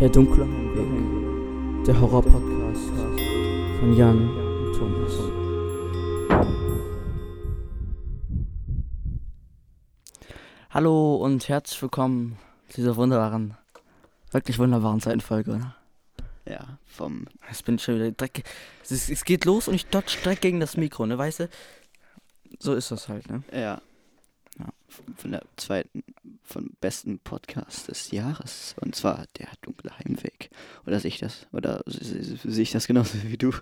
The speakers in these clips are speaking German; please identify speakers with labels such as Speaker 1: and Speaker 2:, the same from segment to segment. Speaker 1: Der dunkle Heimweg. Der Horror-Podcast von Jan und Thomas. Hallo und herzlich willkommen zu dieser wunderbaren, wirklich wunderbaren zweiten Folge. Ne?
Speaker 2: Ja, vom.
Speaker 1: Jetzt bin ich schon wieder direkt. Es, ist, es geht los und ich dodge direkt gegen das Mikro, ne? Weißt du? So ist das halt, ne?
Speaker 2: Ja.
Speaker 1: Ja.
Speaker 2: Von- Von der zweiten, vom besten Podcast des Jahres. Und zwar der dunkle Heimweg. Oder sehe ich das? Oder se- se- se- sehe ich das genauso wie du?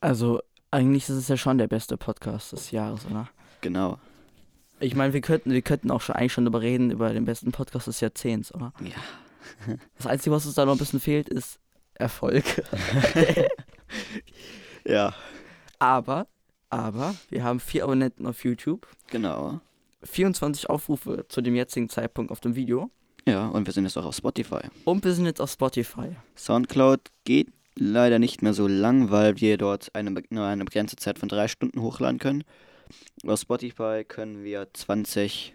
Speaker 1: Also, eigentlich ist es ja schon der beste Podcast des Jahres, oder?
Speaker 2: Genau.
Speaker 1: Ich meine, wir könnten, wir könnten auch schon eigentlich schon darüber reden, über den besten Podcast des Jahrzehnts, oder?
Speaker 2: Ja.
Speaker 1: Das Einzige, was uns da noch ein bisschen fehlt, ist Erfolg.
Speaker 2: Ja.
Speaker 1: Aber, aber, wir haben vier Abonnenten auf YouTube,
Speaker 2: Genau.
Speaker 1: 24 Aufrufe zu dem jetzigen Zeitpunkt auf dem Video
Speaker 2: Ja, und wir sind jetzt auch auf Spotify.
Speaker 1: und wir sind jetzt auf Spotify.
Speaker 2: Soundcloud geht leider nicht mehr so lang, weil wir dort eine, be- nur eine begrenzte Zeit von drei Stunden hochladen können. Auf Spotify können wir 20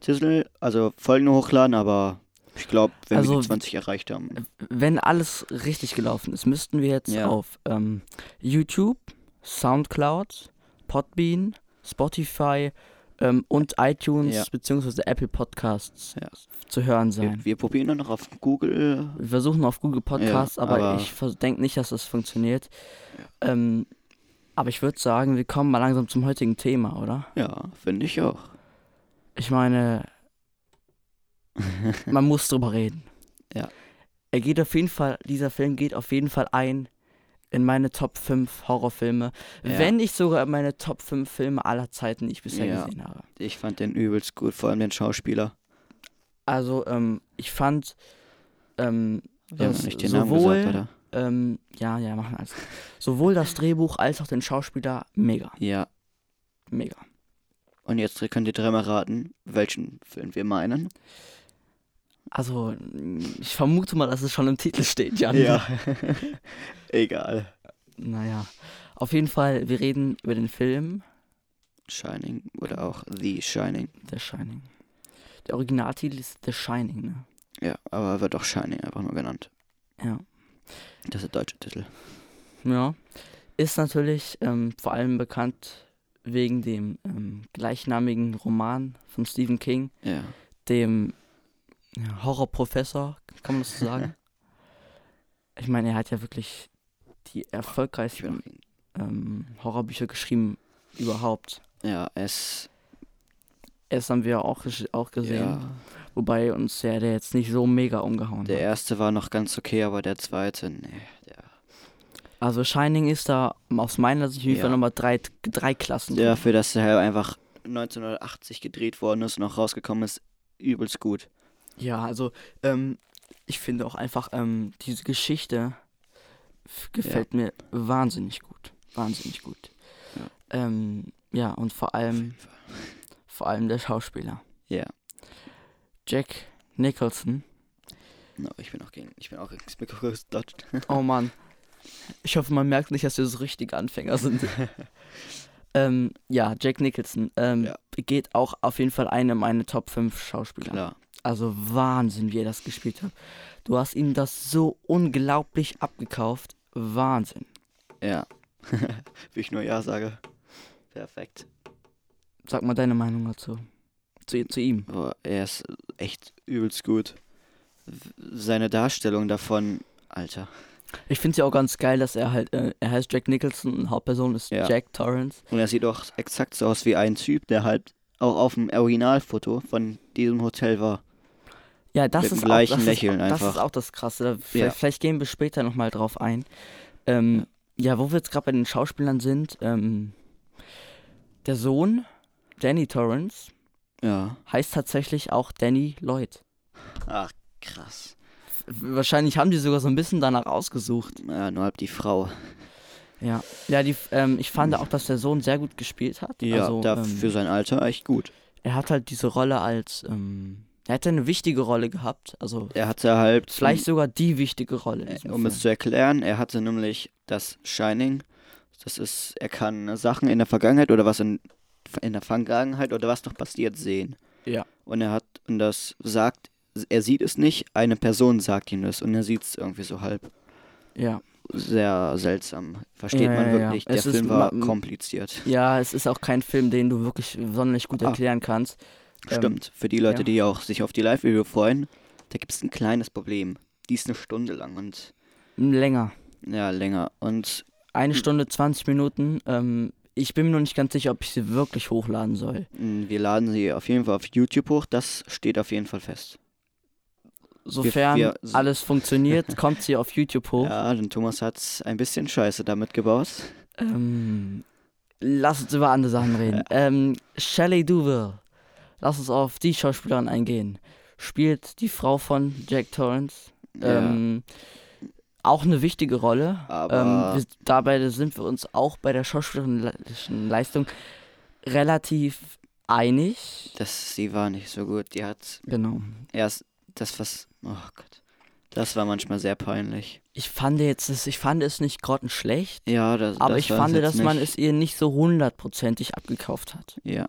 Speaker 2: Titel, also Folgen hochladen, aber ich glaube, wenn wir
Speaker 1: Also,
Speaker 2: die 20 erreicht haben.
Speaker 1: Wenn alles richtig gelaufen ist, müssten wir jetzt
Speaker 2: Ja.
Speaker 1: auf ähm, YouTube, Soundcloud, Podbean, Spotify ähm, und iTunes
Speaker 2: Ja.
Speaker 1: bzw. Apple Podcasts
Speaker 2: Ja.
Speaker 1: zu hören sein.
Speaker 2: Wir, wir probieren dann noch auf Google.
Speaker 1: Wir versuchen auf Google Podcasts,
Speaker 2: Ja,
Speaker 1: aber,
Speaker 2: aber-
Speaker 1: ich denke nicht, dass das funktioniert. Ähm, aber ich würde sagen, wir kommen mal langsam zum heutigen Thema, oder?
Speaker 2: Ja, finde ich auch.
Speaker 1: Ich meine, man muss drüber reden.
Speaker 2: Ja.
Speaker 1: Er geht auf jeden Fall, dieser Film geht auf jeden Fall ein in meine Top 5 Horrorfilme,
Speaker 2: Ja.
Speaker 1: wenn nicht sogar in meine Top 5 Filme aller Zeiten, die ich bisher
Speaker 2: Ja.
Speaker 1: gesehen habe.
Speaker 2: Ich fand den übelst gut, vor allem den Schauspieler.
Speaker 1: Also, ähm, ich fand, ähm,
Speaker 2: Wir haben
Speaker 1: das
Speaker 2: noch nicht den Namen
Speaker 1: sowohl,
Speaker 2: gesagt, oder?
Speaker 1: ähm, ja, ja, machen wir alles. Sowohl das Drehbuch als auch den Schauspieler, mega,
Speaker 2: Ja.
Speaker 1: mega.
Speaker 2: Und jetzt könnt ihr dreimal raten, welchen Film wir meinen.
Speaker 1: Also, mh, ich vermute mal, dass es schon im Titel steht, Jan.
Speaker 2: Egal.
Speaker 1: Naja, auf jeden Fall, wir reden über den Film
Speaker 2: Shining oder auch The Shining.
Speaker 1: The Shining. Der Originaltitel ist The Shining, ne?
Speaker 2: Ja, aber wird auch Shining einfach nur genannt.
Speaker 1: Ja.
Speaker 2: Das ist der deutsche Titel.
Speaker 1: Ja. Ist natürlich ähm, vor allem bekannt wegen dem ähm, gleichnamigen Roman von Stephen King,
Speaker 2: Ja.
Speaker 1: dem ja, Horrorprofessor, kann man das so sagen? ich meine, er hat ja wirklich die
Speaker 2: Ich bin
Speaker 1: erfolgreichsten ähm, Horrorbücher geschrieben überhaupt.
Speaker 2: ja, es.
Speaker 1: Erst haben wir auch, gesch- auch gesehen.
Speaker 2: Ja,
Speaker 1: Wobei uns der, der jetzt nicht so mega umgehauen
Speaker 2: der
Speaker 1: hat.
Speaker 2: erste war noch ganz okay, aber der zweite, nee. Der,
Speaker 1: Also Shining ist da aus meiner Sicht auf jeden
Speaker 2: Ja.
Speaker 1: Fall nochmal drei, drei Klassen.
Speaker 2: der für das er einfach 1980 gedreht worden ist und auch rausgekommen ist, übelst gut.
Speaker 1: Ja, also ähm, ich finde auch einfach ähm, diese Geschichte f- gefällt mir wahnsinnig gut. Wahnsinnig gut.
Speaker 2: Ja.
Speaker 1: Ähm, ja, und vor allem, vor allem der Schauspieler.
Speaker 2: Ja.
Speaker 1: Jack Nicholson.
Speaker 2: No, ich bin auch gegen. Ich bin auch gegen das Mikrofon gedodged.
Speaker 1: Oh Mann. Ich hoffe, man merkt nicht, dass wir so richtige Anfänger sind. ähm, ja, Jack Nicholson ähm,
Speaker 2: Ja.
Speaker 1: geht auch auf jeden Fall eine meine Top 5 Schauspieler.
Speaker 2: Klar.
Speaker 1: Also Wahnsinn, wie er das gespielt hat. Du hast ihm das so unglaublich abgekauft. Wahnsinn.
Speaker 2: Ja. Wie ich nur Ja sage. Perfekt.
Speaker 1: Sag mal deine Meinung dazu. Zu, zu ihm.
Speaker 2: Aber er ist echt übelst gut. W- Seine Darstellung davon, Alter.
Speaker 1: Ich finde es ja auch ganz geil, dass er halt, äh, er heißt Jack Nicholson und Hauptperson ist
Speaker 2: Ja.
Speaker 1: Jack Torrance.
Speaker 2: Und er sieht auch exakt so aus wie ein Typ, der halt auch auf dem Originalfoto von diesem Hotel war.
Speaker 1: Ja, das
Speaker 2: Mit dem
Speaker 1: ist
Speaker 2: gleichen
Speaker 1: auch, das
Speaker 2: Lächeln
Speaker 1: ist, Das
Speaker 2: einfach.
Speaker 1: ist auch das Krasse. Da, vielleicht,
Speaker 2: Ja.
Speaker 1: vielleicht gehen wir später nochmal drauf ein. Ähm, ja. wo wir jetzt gerade bei den Schauspielern sind, ähm, der Sohn, Danny Torrance,
Speaker 2: Ja.
Speaker 1: heißt tatsächlich auch Danny Lloyd.
Speaker 2: Ach, krass.
Speaker 1: Wahrscheinlich haben die sogar so ein bisschen danach ausgesucht.
Speaker 2: Ja, nur halb die Frau.
Speaker 1: Ja, ja die, ähm, ich fand auch, dass der Sohn sehr gut gespielt hat.
Speaker 2: Ja,
Speaker 1: also,
Speaker 2: da für
Speaker 1: ähm,
Speaker 2: sein Alter echt gut.
Speaker 1: er hat halt diese Rolle als, ähm, er hat ja eine wichtige Rolle gehabt. Also
Speaker 2: Er hatte halt,
Speaker 1: vielleicht sogar die wichtige Rolle. in
Speaker 2: um,
Speaker 1: diesem
Speaker 2: um es
Speaker 1: Film.
Speaker 2: zu erklären, er hatte nämlich das Shining. Das ist, er kann Sachen in der Vergangenheit oder was in, in der Vergangenheit oder was noch passiert sehen.
Speaker 1: Ja.
Speaker 2: Und er hat, und das sagt er sieht es nicht, eine Person sagt ihm das und er sieht es irgendwie so halb.
Speaker 1: Ja.
Speaker 2: Sehr seltsam. Versteht
Speaker 1: Ja,
Speaker 2: man
Speaker 1: ja,
Speaker 2: wirklich
Speaker 1: ja.
Speaker 2: nicht.
Speaker 1: Es
Speaker 2: Der
Speaker 1: ist
Speaker 2: Film war
Speaker 1: ma-
Speaker 2: kompliziert.
Speaker 1: Ja, es ist auch kein Film, den du wirklich sonderlich gut
Speaker 2: Ah.
Speaker 1: erklären kannst. Ähm,
Speaker 2: Stimmt. Für die Leute,
Speaker 1: ja.
Speaker 2: die auch sich auf die Live-Video freuen, da gibt es ein kleines Problem. Die ist eine Stunde lang und
Speaker 1: Länger.
Speaker 2: ja, länger. Und
Speaker 1: Eine Stunde, 20 Minuten. Ähm, ich bin mir noch nicht ganz sicher, ob ich sie wirklich hochladen soll.
Speaker 2: mh, Mm, wir laden sie auf jeden Fall auf YouTube hoch. Das steht auf jeden Fall fest.
Speaker 1: Sofern
Speaker 2: wir-
Speaker 1: alles funktioniert, kommt sie auf YouTube hoch.
Speaker 2: Ja, denn Thomas hat ein bisschen Scheiße damit gebaut.
Speaker 1: Ähm, lass uns über andere Sachen reden.
Speaker 2: Äh.
Speaker 1: Ähm, Shelley Duvall. Lass uns auf die Schauspielerin eingehen. Spielt die Frau von Jack Torrance. Ähm, Auch eine wichtige Rolle.
Speaker 2: Aber-
Speaker 1: ähm, wir, dabei sind wir uns auch bei der schauspielerischen Leistung relativ einig.
Speaker 2: Das, sie war nicht so gut. Die hat
Speaker 1: Genau.
Speaker 2: erst das, was. Oh Gott. Das war manchmal sehr peinlich.
Speaker 1: Ich fand jetzt, es- ich fand es nicht grottenschlecht,
Speaker 2: Ja, das
Speaker 1: aber
Speaker 2: das
Speaker 1: ich
Speaker 2: war's
Speaker 1: fand,
Speaker 2: jetzt
Speaker 1: dass man
Speaker 2: nicht.
Speaker 1: es ihr nicht so hundertprozentig abgekauft hat.
Speaker 2: Ja.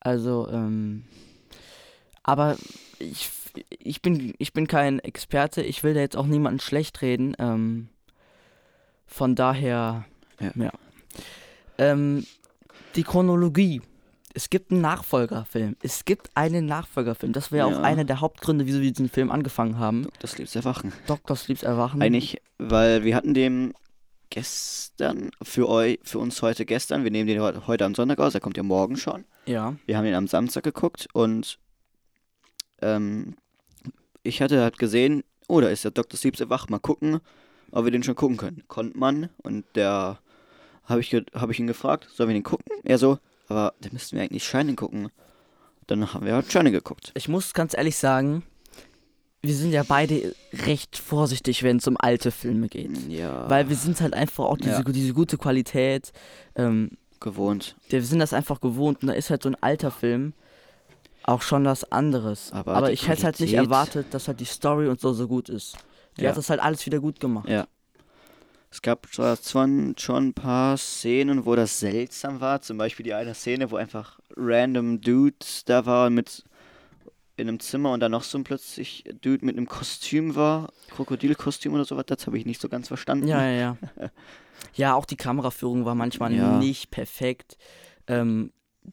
Speaker 1: Also, ähm, aber ich, ich, bin, ich bin kein Experte, ich will da jetzt auch niemanden schlecht reden. Ähm, von daher,
Speaker 2: Ja.
Speaker 1: Ähm, die Chronologie. Es gibt einen Nachfolgerfilm. Es gibt einen Nachfolgerfilm. Das wäre
Speaker 2: Ja.
Speaker 1: auch einer der Hauptgründe, wieso wir diesen Film angefangen haben.
Speaker 2: Das liebste Erwachen.
Speaker 1: Dr. Sleeps Erwachen.
Speaker 2: Eigentlich, weil wir hatten den gestern, für euch, für uns heute gestern, wir nehmen den heu- heute am Sonntag aus, er kommt ja morgen schon.
Speaker 1: Ja.
Speaker 2: Wir haben den am Samstag geguckt und ähm, ich hatte halt gesehen, oh, da ist der Dr. Sleeps wach, mal gucken, ob wir den schon gucken können. Konnte man und der habe ich, ge- hab ich ihn gefragt, sollen wir den gucken? Er so, aber da müssten wir eigentlich Shining gucken. Dann haben wir halt Shining geguckt.
Speaker 1: Ich muss ganz ehrlich sagen, wir sind ja beide recht vorsichtig, wenn es um alte Filme geht.
Speaker 2: Ja,
Speaker 1: Weil wir sind halt einfach auch diese,
Speaker 2: Ja.
Speaker 1: diese gute Qualität. Ähm,
Speaker 2: gewohnt.
Speaker 1: wir sind das einfach gewohnt und da ist halt so ein alter Film auch schon was anderes.
Speaker 2: Aber
Speaker 1: Aber,
Speaker 2: die
Speaker 1: ich hätte halt nicht
Speaker 2: Qualität-
Speaker 1: erwartet, dass halt die Story und so so gut ist. Die
Speaker 2: Ja.
Speaker 1: hat das halt alles wieder gut gemacht.
Speaker 2: Ja. Es gab zwar schon, schon ein paar Szenen, wo das seltsam war. Zum Beispiel die eine Szene, wo einfach random Dudes da waren mit in einem Zimmer und dann noch so ein plötzlich Dude mit einem Kostüm war. Krokodilkostüm oder sowas. Das habe ich nicht so ganz verstanden.
Speaker 1: Ja, ja, ja. ja, auch die Kameraführung war manchmal
Speaker 2: Ja.
Speaker 1: nicht perfekt. Ähm,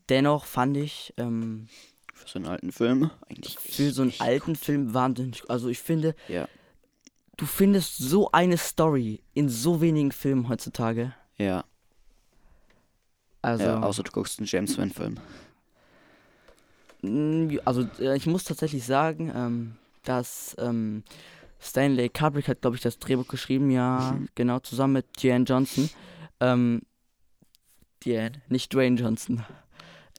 Speaker 1: dennoch fand ich, ähm,
Speaker 2: Für so einen alten Film. Eigentlich.
Speaker 1: für so einen
Speaker 2: nicht.
Speaker 1: alten Film wahnsinnig. Also ich finde,
Speaker 2: Ja.
Speaker 1: du findest so eine Story in so wenigen Filmen heutzutage.
Speaker 2: Ja.
Speaker 1: Also,
Speaker 2: ja. Außer du guckst einen James Wan-Film.
Speaker 1: Mm, Also äh, ich muss tatsächlich sagen, ähm, dass ähm, Stanley Kubrick hat, glaube ich, das Drehbuch geschrieben, ja, genau, zusammen mit Diane Johnson. Ähm, Diane, nicht Dwayne Johnson.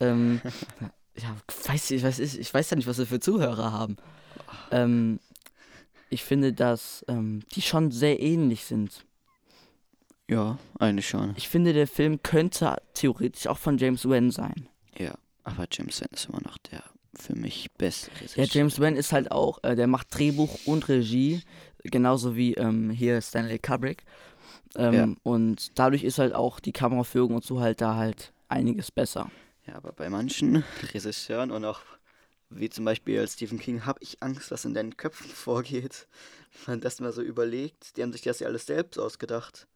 Speaker 1: Ähm, ja, weiß, ich, weiß, ich, ich weiß ja nicht, was wir für Zuhörer haben. Ähm, ich finde, dass ähm, die schon sehr ähnlich sind.
Speaker 2: Ja, eigentlich schon.
Speaker 1: Ich finde, der Film könnte theoretisch auch von James Wan sein.
Speaker 2: Ja. Aber James Wan ist immer noch der für mich beste
Speaker 1: Ja,
Speaker 2: Regisseur.
Speaker 1: James Wan ist halt auch, äh, der macht Drehbuch und Regie, genauso wie ähm, hier Stanley Kubrick. Ähm,
Speaker 2: Ja.
Speaker 1: Und dadurch ist halt auch die Kameraführung und so halt da halt einiges besser.
Speaker 2: Ja, aber bei manchen Regisseuren und auch wie zum Beispiel Stephen King habe ich Angst, was in deinen Köpfen vorgeht. Wenn man das mal so überlegt, die haben sich das ja alles selbst ausgedacht.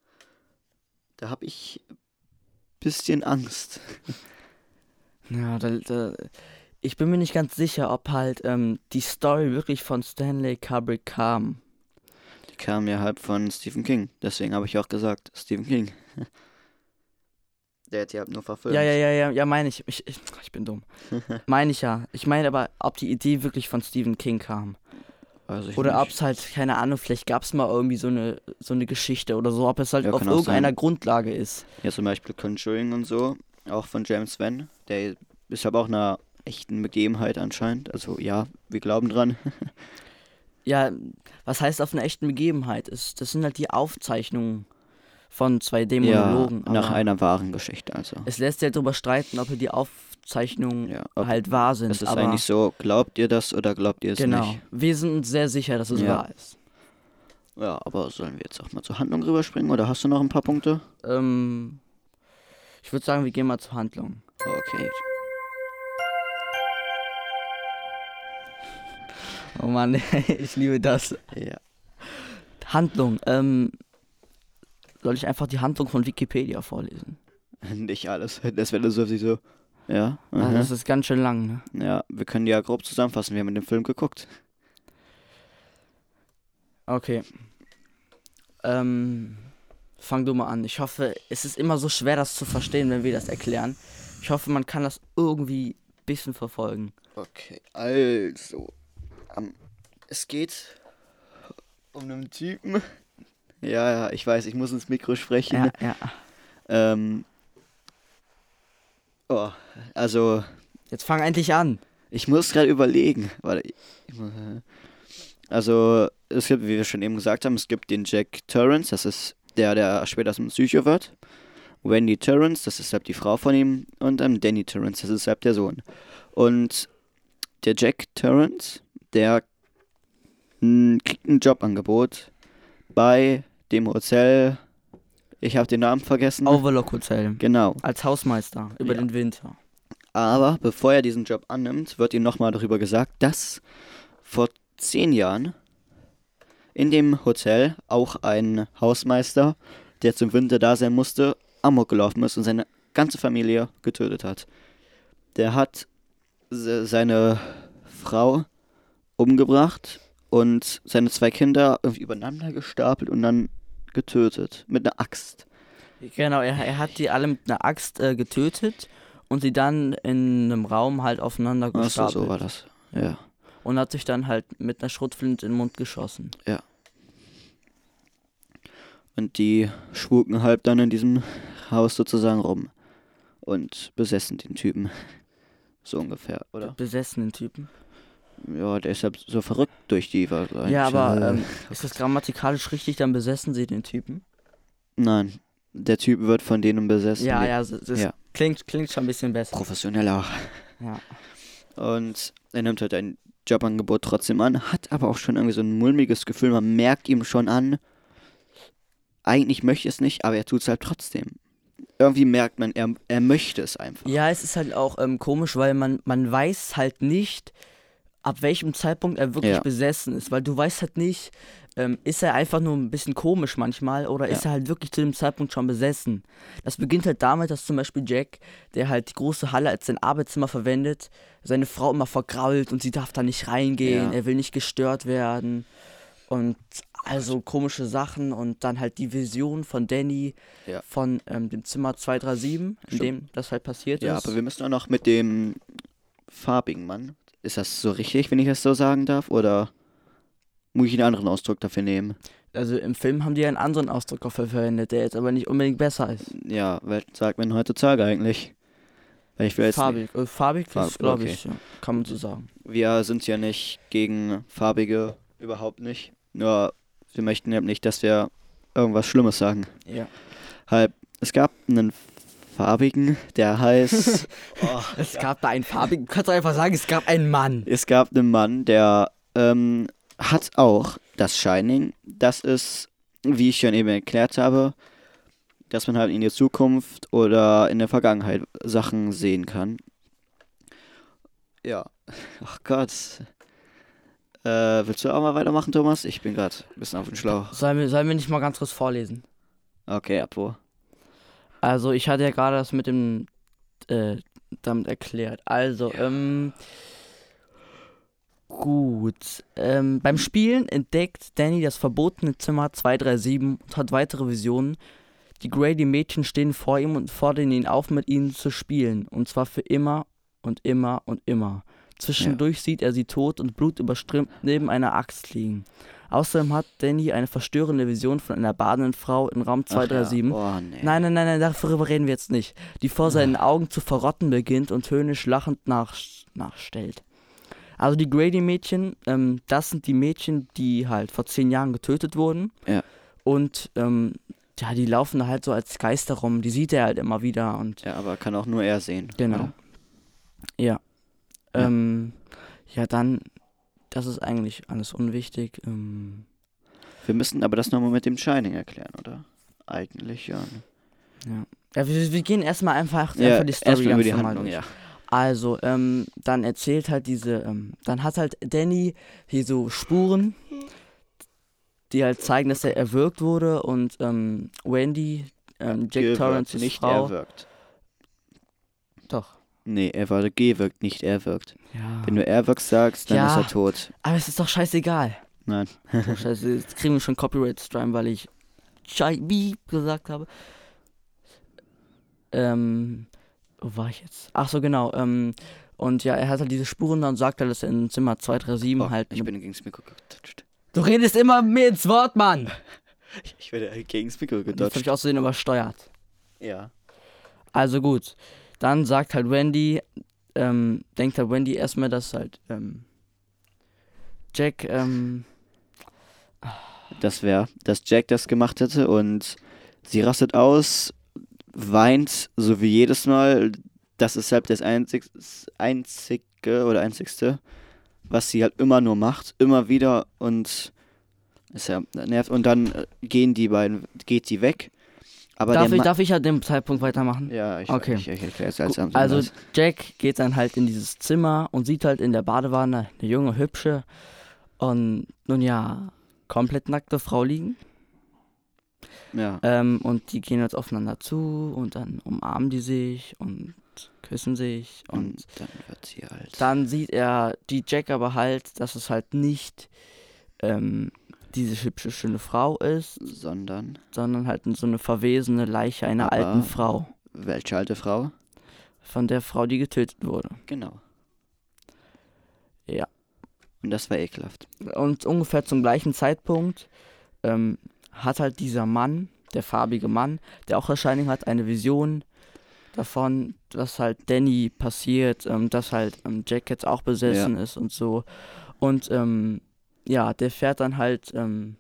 Speaker 2: Da habe ich ein bisschen Angst.
Speaker 1: Ja, da, da, ich bin mir nicht ganz sicher, ob halt ähm, die Story wirklich von Stanley Kubrick kam.
Speaker 2: Die kam ja halb von Stephen King, deswegen habe ich auch gesagt, Stephen King. Der hat die halt nur verfilmt.
Speaker 1: Ja, ja, ja, ja, ja, meine ich. Ich, ich. ich bin dumm. meine ich ja. Ich meine aber, ob die Idee wirklich von Stephen King kam.
Speaker 2: Also ich
Speaker 1: Oder ob
Speaker 2: nicht.
Speaker 1: es halt, keine Ahnung, vielleicht gab es mal irgendwie so eine, so eine Geschichte oder so, ob es halt
Speaker 2: Ja,
Speaker 1: auf
Speaker 2: kann auch
Speaker 1: irgendeiner
Speaker 2: sein.
Speaker 1: Grundlage ist.
Speaker 2: Ja, zum Beispiel Conjuring und so, auch von James Wan. Der ist aber auch einer echten Begebenheit anscheinend. Also ja, wir glauben dran.
Speaker 1: Ja, was heißt auf einer echten Begebenheit? Ist, das sind halt die Aufzeichnungen von 2D-Monologen.
Speaker 2: Ja, nach
Speaker 1: aber
Speaker 2: einer wahren Geschichte, also.
Speaker 1: Es lässt sich halt darüber streiten, ob die Aufzeichnungen
Speaker 2: Ja, ob-
Speaker 1: halt wahr sind.
Speaker 2: Es ist
Speaker 1: aber
Speaker 2: eigentlich so, glaubt ihr das oder glaubt ihr es
Speaker 1: genau.
Speaker 2: nicht?
Speaker 1: Wir sind uns sehr sicher, dass es
Speaker 2: Ja.
Speaker 1: wahr ist.
Speaker 2: Ja, aber sollen wir jetzt auch mal zur Handlung rüberspringen oder hast du noch ein paar Punkte?
Speaker 1: Ähm, ich würde sagen, wir gehen mal zur Handlung.
Speaker 2: Okay.
Speaker 1: Oh Mann, ich liebe das.
Speaker 2: Ja.
Speaker 1: Handlung. Ähm, soll ich einfach die Handlung von Wikipedia vorlesen?
Speaker 2: Nicht alles. Das wäre so, sich so. Ja.
Speaker 1: Ah,
Speaker 2: aha.
Speaker 1: das ist ganz schön lang, ne?
Speaker 2: Ja, wir können ja grob zusammenfassen. Wir haben den Film geguckt.
Speaker 1: Okay. Ähm, fang du mal an. Ich hoffe, es ist immer so schwer, das zu verstehen, wenn wir das erklären. Ich hoffe, man kann das irgendwie ein bisschen verfolgen.
Speaker 2: Okay, also. am- es geht um einen Typen. Ja, ja, ich weiß, ich muss ins Mikro sprechen.
Speaker 1: ja.
Speaker 2: Ähm. Oh, also,
Speaker 1: Jetzt fang endlich an.
Speaker 2: ich muss gerade überlegen. Warte, ich, ich muss, äh, also, es gibt, wie wir schon eben gesagt haben, es gibt den Jack Torrance, das ist der, der später zum Psycho wird. Wendy Torrance, das ist halt die Frau von ihm. Und ähm, Danny Torrance, das ist halt der Sohn. Und der Jack Torrance, der mh, kriegt ein Jobangebot bei dem Hotel. Ich habe den Namen vergessen.
Speaker 1: Overlock Hotel.
Speaker 2: Genau.
Speaker 1: Als Hausmeister über
Speaker 2: Ja.
Speaker 1: den Winter.
Speaker 2: Aber bevor er diesen Job annimmt, wird ihm nochmal darüber gesagt, dass vor zehn Jahren in dem Hotel auch ein Hausmeister, der zum Winter da sein musste, amok gelaufen ist und seine ganze Familie getötet hat. Der hat se- seine Frau umgebracht und seine zwei Kinder irgendwie übereinander gestapelt und dann getötet mit einer Axt.
Speaker 1: Genau, er, er hat die alle mit einer Axt äh, getötet und sie dann in einem Raum halt aufeinander
Speaker 2: Ach so,
Speaker 1: gestapelt.
Speaker 2: so war das. Ja.
Speaker 1: Und hat sich dann halt mit einer Schrotflinte in den Mund geschossen.
Speaker 2: Und die schwuken halb dann in diesem Haus sozusagen rum und besessen den Typen. So ungefähr, oder?
Speaker 1: Besessenen Typen.
Speaker 2: Ja, der ist halt so verrückt durch die wahrscheinlich.
Speaker 1: ja, aber
Speaker 2: Äh,
Speaker 1: ähm, ist das grammatikalisch richtig, dann besessen sie den Typen?
Speaker 2: Nein, der Typ wird von denen besessen.
Speaker 1: Ja,
Speaker 2: die-
Speaker 1: ja, das, das
Speaker 2: Ja.
Speaker 1: Klingt, klingt schon ein bisschen besser.
Speaker 2: Professioneller.
Speaker 1: Ja.
Speaker 2: Und er nimmt halt ein Jobangebot trotzdem an, hat aber auch schon irgendwie so ein mulmiges Gefühl. Man merkt ihm schon an, eigentlich möchte es nicht, aber er tut es halt trotzdem. Irgendwie merkt man, er, er möchte es einfach.
Speaker 1: ja, es ist halt auch ähm, komisch, weil man, man weiß halt nicht, ab welchem Zeitpunkt er wirklich
Speaker 2: Ja.
Speaker 1: besessen ist. Weil du weißt halt nicht, ähm, ist er einfach nur ein bisschen komisch manchmal oder ist er halt wirklich zu dem Zeitpunkt schon besessen? Das beginnt halt damit, dass zum Beispiel Jack, der halt die große Halle als sein Arbeitszimmer verwendet, seine Frau immer vergrault und sie darf da nicht reingehen,
Speaker 2: Ja.
Speaker 1: er will nicht gestört werden. Und also komische Sachen und dann halt die Vision von Danny
Speaker 2: Ja.
Speaker 1: von ähm, dem Zimmer 237, in
Speaker 2: Stimmt.
Speaker 1: dem das halt passiert
Speaker 2: Ja,
Speaker 1: ist.
Speaker 2: aber wir müssen auch noch mit dem farbigen Mann. Ist das so richtig, wenn ich das so sagen darf? Oder muss ich einen anderen Ausdruck dafür nehmen?
Speaker 1: also im Film haben die einen anderen Ausdruck dafür verwendet, der jetzt aber nicht unbedingt besser ist.
Speaker 2: Ja, was sagt man heutzutage eigentlich? Weil ich will jetzt
Speaker 1: Farbig, äh, farbig, das
Speaker 2: Farb-
Speaker 1: glaube
Speaker 2: okay.
Speaker 1: ich, ja, kann man so sagen.
Speaker 2: wir sind ja nicht gegen Farbige, überhaupt nicht. Nur wir möchten eben nicht, dass wir irgendwas Schlimmes sagen.
Speaker 1: Ja.
Speaker 2: Halb, es gab einen farbigen, der heißt. oh,
Speaker 1: Es gab da einen farbigen, du kannst doch einfach sagen, es gab einen Mann.
Speaker 2: Es gab einen Mann, der ähm, hat auch das Shining. Das ist, wie ich schon eben erklärt habe, dass man halt in der Zukunft oder in der Vergangenheit Sachen sehen kann. Ja. Ach Gott. Äh, willst du auch mal weitermachen, Thomas? Ich bin gerade ein bisschen auf dem Schlauch.
Speaker 1: Sollen wir, sollen wir nicht mal ganz kurz vorlesen?
Speaker 2: Okay, Apo.
Speaker 1: Also ich hatte ja gerade das mit dem äh, damit erklärt. Also, ähm. Gut. Ähm, beim Spielen entdeckt Danny das verbotene Zimmer 237 und hat weitere Visionen. Die Grady-Mädchen stehen vor ihm und fordern ihn auf, mit ihnen zu spielen. Und zwar für immer und immer und immer. Zwischendurch sieht er sie tot und blutüberströmt neben einer Axt liegen. Außerdem hat Danny eine verstörende Vision von einer badenden Frau in Raum 237
Speaker 2: Ach Ja. Oh, nee.
Speaker 1: Nein, nein, nein, nein, darüber reden wir jetzt nicht. Die vor seinen
Speaker 2: Ah.
Speaker 1: Augen zu verrotten beginnt und höhnisch lachend nach, nachstellt. Also die Grady-Mädchen, ähm, das sind die Mädchen, die halt vor zehn Jahren getötet wurden.
Speaker 2: Ja.
Speaker 1: Und ähm, ja, die laufen da halt so als Geister rum. Die sieht er halt immer wieder und
Speaker 2: Ja, aber kann auch nur er sehen.
Speaker 1: genau.
Speaker 2: oder?
Speaker 1: Ja.
Speaker 2: Ja.
Speaker 1: Ähm, ja, dann, das ist eigentlich alles unwichtig. Ähm,
Speaker 2: Wir müssen aber das nochmal mit dem Shining erklären, oder? Eigentlich, ja. ne?
Speaker 1: ja. Ja, wir, wir gehen erstmal einfach,
Speaker 2: ja
Speaker 1: einfach die Story
Speaker 2: erstmal über
Speaker 1: ganz
Speaker 2: die
Speaker 1: normal
Speaker 2: Handlung,
Speaker 1: durch.
Speaker 2: ja.
Speaker 1: Also, ähm, dann erzählt halt diese, ähm, dann hat halt Danny hier so Spuren, die halt zeigen, dass er erwürgt wurde und ähm, Wendy, ähm, Jack
Speaker 2: Gewürgt,
Speaker 1: Torrances
Speaker 2: nicht
Speaker 1: Frau.
Speaker 2: erwürgt.
Speaker 1: Doch.
Speaker 2: Nee, er war gewürgt, nicht erwürgt.
Speaker 1: Ja.
Speaker 2: Wenn du erwürgt sagst, dann
Speaker 1: Ja.
Speaker 2: ist er tot.
Speaker 1: Aber es ist doch scheißegal.
Speaker 2: Nein.
Speaker 1: Oh, Scheiße, jetzt kriegen wir schon Copyright Strike, weil ich Chai Beep gesagt habe. Ähm, wo war ich jetzt? Ach so, genau. Ähm, und ja, er hat halt diese Spuren da und sagt halt, dass er in Zimmer 237
Speaker 2: Oh,
Speaker 1: halt.
Speaker 2: ich
Speaker 1: ne-
Speaker 2: bin gegens Mikro gedutscht.
Speaker 1: du redest immer mir ins Wort, Mann!
Speaker 2: Ich werde gegens Mikro
Speaker 1: Das habe
Speaker 2: gedutscht.
Speaker 1: ich außerdem übersteuert.
Speaker 2: Ja.
Speaker 1: Also gut. Dann sagt halt Wendy, ähm, denkt halt Wendy erstmal, dass halt, ähm, Jack, ähm,
Speaker 2: Das wäre, dass Jack das gemacht hätte und sie rastet aus, weint, so wie jedes Mal. Das ist halt das einzig, das einzige oder einzigste, was sie halt immer nur macht, immer wieder und ist ja nervt. Und dann äh, gehen die beiden, geht die weg. Aber
Speaker 1: darf
Speaker 2: der
Speaker 1: ich,
Speaker 2: Ma-
Speaker 1: darf ich ja den Zeitpunkt weitermachen?
Speaker 2: Ja, ich,
Speaker 1: Okay.
Speaker 2: ich, ich erkläre es als
Speaker 1: Gu-
Speaker 2: Amt.
Speaker 1: Also Jack geht dann halt in dieses Zimmer und sieht halt in der Badewanne eine junge, hübsche und nun ja, komplett nackte Frau liegen.
Speaker 2: ja.
Speaker 1: Ähm, und die gehen jetzt aufeinander zu und dann umarmen die sich und küssen sich. Und
Speaker 2: Und dann wird sie halt.
Speaker 1: dann sieht er die Jack aber halt, dass es halt nicht ähm, diese hübsche, schöne Frau ist,
Speaker 2: Sondern,
Speaker 1: sondern halt so eine verwesene Leiche einer
Speaker 2: Aber-
Speaker 1: alten Frau.
Speaker 2: welche alte Frau?
Speaker 1: Von der Frau, die getötet wurde.
Speaker 2: Genau.
Speaker 1: Ja.
Speaker 2: Und das war ekelhaft.
Speaker 1: Und ungefähr zum gleichen Zeitpunkt ähm, hat halt dieser Mann, der farbige Mann, der auch Erscheinung hat, eine Vision davon, was halt Danny passiert, ähm, dass halt ähm, Jack jetzt auch besessen ist und so. Und ähm, ja, der fährt dann halt ähm,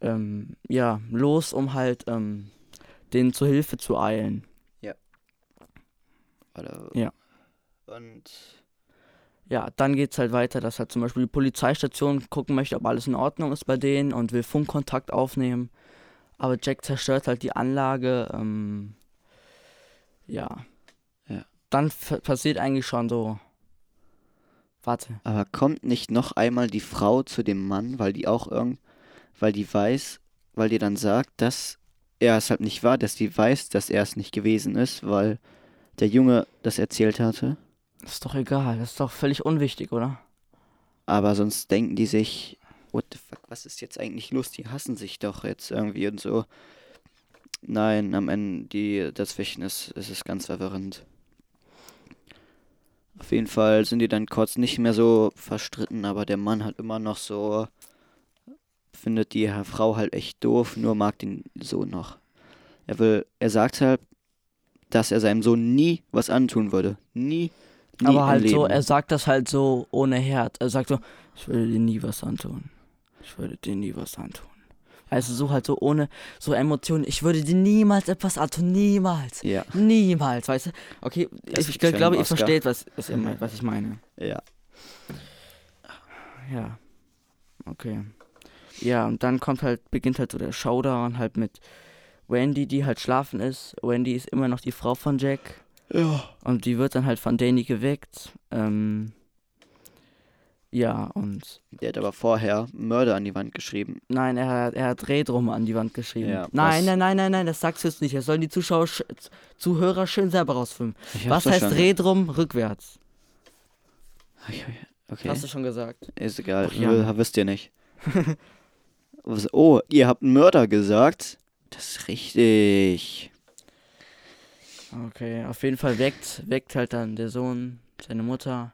Speaker 1: ähm, ja, los, um halt ähm, denen zur Hilfe zu eilen.
Speaker 2: Oder
Speaker 1: Ja.
Speaker 2: Und
Speaker 1: Ja, dann geht's halt weiter, dass halt zum Beispiel die Polizeistation gucken möchte, ob alles in Ordnung ist bei denen und will Funkkontakt aufnehmen. Aber Jack zerstört halt die Anlage. Ähm, ja.
Speaker 2: Ja.
Speaker 1: Dann f- passiert eigentlich schon so. Warte.
Speaker 2: aber kommt nicht noch einmal die Frau zu dem Mann, weil die auch irgend, weil die weiß, weil die dann sagt, dass er es halt nicht war, dass die weiß, dass er es nicht gewesen ist, weil der Junge das erzählt hatte.
Speaker 1: Ist doch egal. Das ist doch völlig unwichtig, oder?
Speaker 2: Aber sonst denken die sich, what the fuck, was ist jetzt eigentlich los? Die hassen sich doch jetzt irgendwie und so. Nein, am Ende, die dazwischen ist, ist es ganz verwirrend. Auf jeden Fall sind die dann kurz nicht mehr so verstritten, aber der Mann hat immer noch so, findet die Frau halt echt doof, nur mag den Sohn noch. Er will, er sagt halt, dass er seinem Sohn nie was antun würde. Nie. nie im
Speaker 1: Aber halt
Speaker 2: Leben.
Speaker 1: so, er sagt das halt so ohne Herd. Er sagt so, ich würde dir nie was antun. Ich würde dir nie was antun. Also so halt so ohne so Emotionen. Ich würde dir niemals etwas antun. Niemals.
Speaker 2: Ja,
Speaker 1: Niemals, weißt du? Okay,
Speaker 2: Das
Speaker 1: ich, ich
Speaker 2: gibt's ja
Speaker 1: glaube,
Speaker 2: im
Speaker 1: ihr
Speaker 2: Oscar.
Speaker 1: versteht, was, was, ihr meint, was ich meine.
Speaker 2: ja.
Speaker 1: Ja. Okay. Ja, und dann kommt halt, beginnt halt so der Showdown halt mit Wendy, die halt schlafen ist. Wendy ist immer noch die Frau von Jack.
Speaker 2: Ja.
Speaker 1: Und die wird dann halt von Danny geweckt. Ähm, ja, und.
Speaker 2: Der hat aber vorher Mörder an die Wand geschrieben.
Speaker 1: Nein, er, hat- er hat Red rum an die Wand geschrieben.
Speaker 2: Ja,
Speaker 1: nein,
Speaker 2: was-
Speaker 1: nein, nein, nein, nein, das sagst du jetzt nicht. Das sollen die Zuschauer, sch- Zuhörer schön selber rausfinden. Was heißt Red rum rückwärts?
Speaker 2: Okay,
Speaker 1: Hast du schon gesagt.
Speaker 2: ist egal.
Speaker 1: Ach ja.
Speaker 2: W- Wisst ihr nicht. Was- oh, ihr habt einen Mörder gesagt? Das ist richtig.
Speaker 1: Okay, auf jeden Fall weckt, weckt halt dann der Sohn seine Mutter.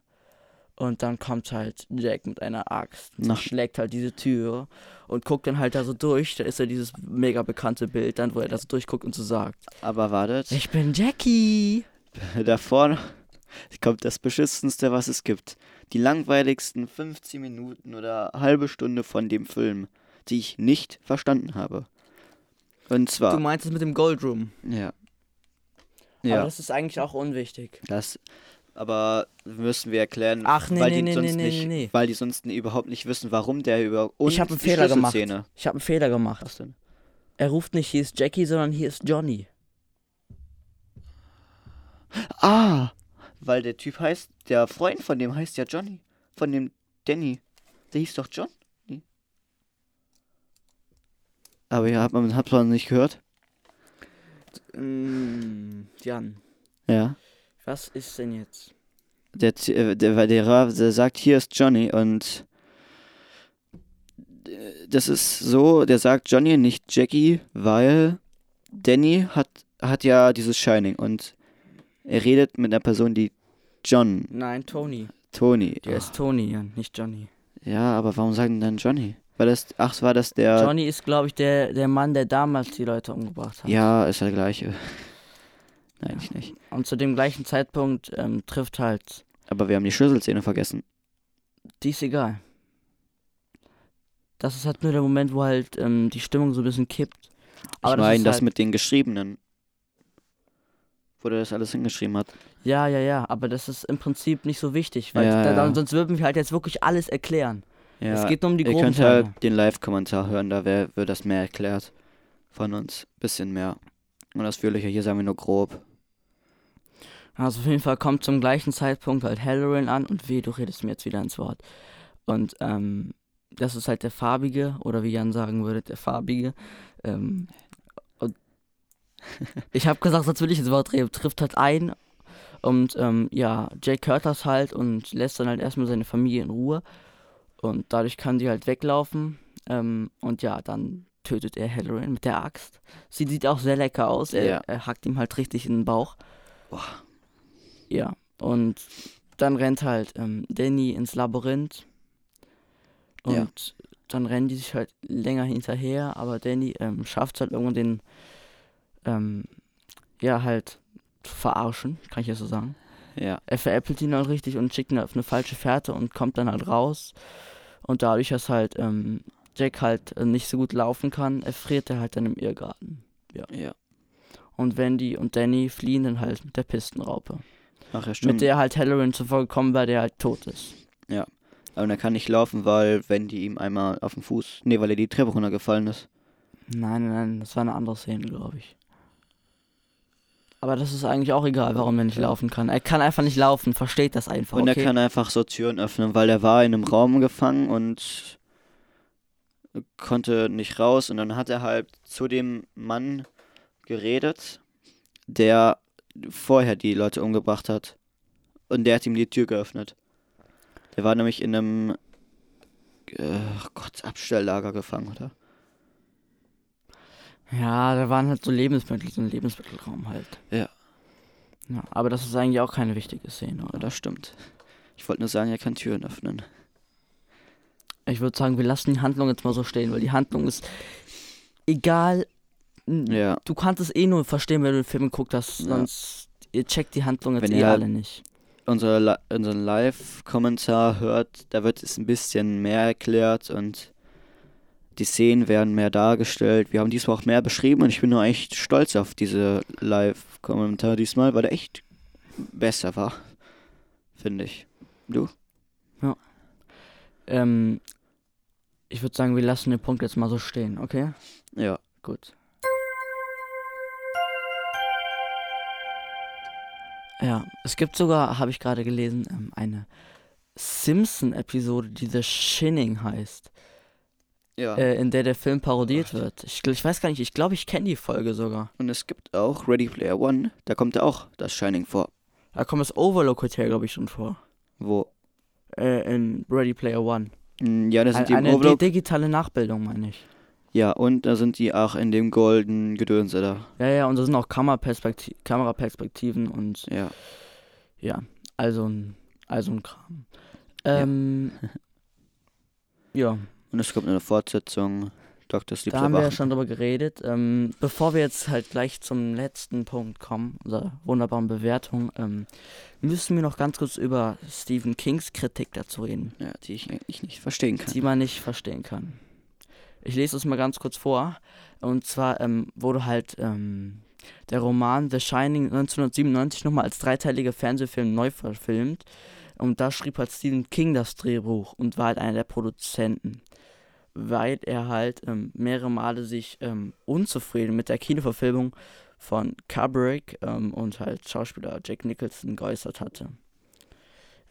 Speaker 1: Und dann kommt halt Jack mit einer Axt, und
Speaker 2: Nach-
Speaker 1: schlägt halt diese Tür und guckt dann halt da so durch. Da ist ja dieses mega bekannte Bild dann, wo er da so durchguckt und so sagt:
Speaker 2: Aber wartet,
Speaker 1: Ich bin Jackie!
Speaker 2: davor noch- kommt das Beschissenste, was es gibt. Die langweiligsten 15 Minuten oder halbe Stunde von dem Film, die ich nicht verstanden habe. Und
Speaker 1: Du
Speaker 2: zwar,
Speaker 1: meinst es mit dem Gold Room.
Speaker 2: ja.
Speaker 1: Aber das ist eigentlich auch unwichtig.
Speaker 2: Das aber müssen wir erklären,
Speaker 1: Ach, nee,
Speaker 2: weil,
Speaker 1: nee,
Speaker 2: die
Speaker 1: nee,
Speaker 2: sonst
Speaker 1: nee, nee,
Speaker 2: nicht,
Speaker 1: nee.
Speaker 2: weil die sonst nie- überhaupt nicht wissen, warum der über und
Speaker 1: ich habe einen
Speaker 2: die
Speaker 1: Fehler gemacht.
Speaker 2: Schlüsselszene.
Speaker 1: Ich habe einen Fehler gemacht.
Speaker 2: Was denn?
Speaker 1: Er ruft nicht, hier ist Jackie, sondern hier ist Johnny.
Speaker 2: Ah, Weil der Typ heißt, der Freund von dem heißt ja Johnny. Von dem Danny. Der hieß doch John. Nee. Aber ja, hat man, hat man nicht gehört?
Speaker 1: Mm, Jan,
Speaker 2: Ja.
Speaker 1: was ist denn jetzt?
Speaker 2: Der, Z- äh, der, weil der, Ra- der sagt, hier ist Johnny und äh, das ist so, der sagt Johnny, nicht Jackie, weil Danny hat, hat ja dieses Shining und er redet mit einer Person, die John,
Speaker 1: Nein, Tony.
Speaker 2: Tony.
Speaker 1: Der ist Tony, Jan, nicht Johnny.
Speaker 2: Ja, aber warum sagen die dann Johnny? War das, ach, war das der,
Speaker 1: Johnny ist, glaube ich, der, der Mann, der damals die Leute umgebracht hat.
Speaker 2: ja, ist der gleiche. Nein, ich nicht.
Speaker 1: Und zu dem gleichen Zeitpunkt ähm, trifft halt.
Speaker 2: Aber wir haben die Schlüsselszene vergessen.
Speaker 1: Die ist egal. Das ist halt nur der Moment, wo halt ähm, die Stimmung so ein bisschen kippt. Aber
Speaker 2: ich meine,
Speaker 1: ist
Speaker 2: das
Speaker 1: halt,
Speaker 2: mit den Geschriebenen. Wo der das alles hingeschrieben hat.
Speaker 1: Ja, ja, ja, aber das ist im Prinzip nicht so wichtig, weil
Speaker 2: Ja,
Speaker 1: da,
Speaker 2: ja.
Speaker 1: sonst würden wir halt jetzt wirklich alles erklären.
Speaker 2: Ja,
Speaker 1: es geht nur um die
Speaker 2: Ihr
Speaker 1: groben
Speaker 2: könnt
Speaker 1: Teile.
Speaker 2: halt den Live-Kommentar hören, da wär, wird das mehr erklärt von uns. Bisschen mehr. Und ausführlicher, hier sagen wir nur grob.
Speaker 1: Also auf jeden Fall kommt zum gleichen Zeitpunkt halt Halloran an und weh, du redest mir jetzt wieder ins Wort. Und ähm, das ist halt der farbige, oder wie Jan sagen würde, der farbige. Ähm, und ich habe gesagt, sonst will ich ins Wort reden, trifft halt ein. Und ähm, ja, Jake hört das halt und lässt dann halt erstmal seine Familie in Ruhe. Und dadurch kann sie halt weglaufen. Ähm, und ja, dann tötet er Halloran mit der Axt. Sie sieht auch sehr lecker aus. Er,
Speaker 2: Ja.
Speaker 1: er hackt ihm halt richtig in den Bauch.
Speaker 2: Boah.
Speaker 1: Ja, und dann rennt halt ähm, Danny ins Labyrinth. Und
Speaker 2: Ja.
Speaker 1: dann rennen die sich halt länger hinterher, aber Danny ähm, schafft es halt irgendwann den, ähm, ja, halt zu verarschen, kann ich ja so sagen.
Speaker 2: Ja.
Speaker 1: Er veräppelt ihn halt richtig und schickt ihn auf eine falsche Fährte und kommt dann halt raus. Und dadurch, dass halt ähm, Jack halt äh, nicht so gut laufen kann, erfriert er halt dann im Irrgarten.
Speaker 2: Ja.
Speaker 1: Und Wendy und Danny fliehen dann halt mit der Pistenraupe.
Speaker 2: Ach ja, stimmt.
Speaker 1: Mit der halt Halloran zuvor gekommen war, der halt tot ist.
Speaker 2: Aber er kann nicht laufen, weil wenn die ihm einmal auf den Fuß. Nee, weil er die Treppe runtergefallen ist.
Speaker 1: Nein, nein, nein, das war eine andere Szene, glaube ich. Aber das ist eigentlich auch egal, warum er nicht laufen kann. Er kann einfach nicht laufen, versteht das einfach.
Speaker 2: Und
Speaker 1: okay?
Speaker 2: er kann einfach so Türen öffnen, weil er war in einem Raum gefangen und konnte nicht raus. Und dann hat er halt zu dem Mann geredet, der vorher die Leute umgebracht hat. Und der hat ihm die Tür geöffnet. Der war nämlich in einem äh, Gott, Abstelllager gefangen, oder?
Speaker 1: ja, da waren halt so Lebensmittel, so ein Lebensmittelraum halt.
Speaker 2: Ja.
Speaker 1: ja. Aber das ist eigentlich auch keine wichtige Szene,
Speaker 2: Ja,
Speaker 1: oder?
Speaker 2: das stimmt. Ich wollte nur sagen, er kann Türen öffnen.
Speaker 1: Ich würde sagen, wir lassen die Handlung jetzt mal so stehen, weil die Handlung ist egal. N-
Speaker 2: Ja.
Speaker 1: Du kannst es eh nur verstehen, wenn du den Film geguckt hast,
Speaker 2: Ja.
Speaker 1: sonst ihr checkt die Handlung jetzt
Speaker 2: Wenn
Speaker 1: eh
Speaker 2: ihr halt-
Speaker 1: alle nicht.
Speaker 2: unser, Li- unseren Live-Kommentar hört, da wird es ein bisschen mehr erklärt und die Szenen werden mehr dargestellt. Wir haben diesmal auch mehr beschrieben und ich bin nur echt stolz auf diese Live-Kommentar diesmal, weil der echt besser war, finde ich.
Speaker 1: Ähm, ich würde sagen, wir lassen den Punkt jetzt mal so stehen, okay?
Speaker 2: Ja,
Speaker 1: Gut. Ja, es gibt sogar, habe ich gerade gelesen, ähm, eine Simpson-Episode, die The Shining heißt,
Speaker 2: ja.
Speaker 1: äh, in der der Film parodiert
Speaker 2: Gott.
Speaker 1: wird. Ich, gl- ich weiß gar nicht, ich glaube, ich kenne die Folge sogar.
Speaker 2: Und es gibt auch Ready Player One, da kommt auch das Shining vor,
Speaker 1: Da kommt das Overlook Hotel, glaube ich, schon vor.
Speaker 2: wo
Speaker 1: Äh, in Ready Player One.
Speaker 2: Mm, ja, da sind
Speaker 1: Ein,
Speaker 2: die im
Speaker 1: eine di
Speaker 2: Overlook.
Speaker 1: digitale Nachbildung, meine ich.
Speaker 2: Ja, und da sind die auch in dem goldenen Gedönse da.
Speaker 1: Ja, ja, und da sind auch Kameraperspekti Kameraperspektiven und
Speaker 2: Ja.
Speaker 1: Ja, also ein, also ein Kram. Ähm, ja,
Speaker 2: Und es kommt eine Fortsetzung. Dr. Sleep
Speaker 1: da haben wir ja schon drüber geredet. Ähm, bevor wir jetzt halt gleich zum letzten Punkt kommen, unserer wunderbaren Bewertung, ähm, müssen wir noch ganz kurz über Stephen Kings Kritik dazu reden,
Speaker 2: Ja, die ich eigentlich nicht verstehen kann.
Speaker 1: die man nicht verstehen kann. Ich lese es mal ganz kurz vor. Und zwar ähm, wurde halt ähm, der Roman The Shining 1997 nochmal als dreiteiliger Fernsehfilm neu verfilmt. Und da schrieb halt Stephen King das Drehbuch und war halt einer der Produzenten. Weil er halt ähm, mehrere Male sich ähm, unzufrieden mit der Kinoverfilmung von Kubrick ähm, und halt Schauspieler Jack Nicholson geäußert hatte.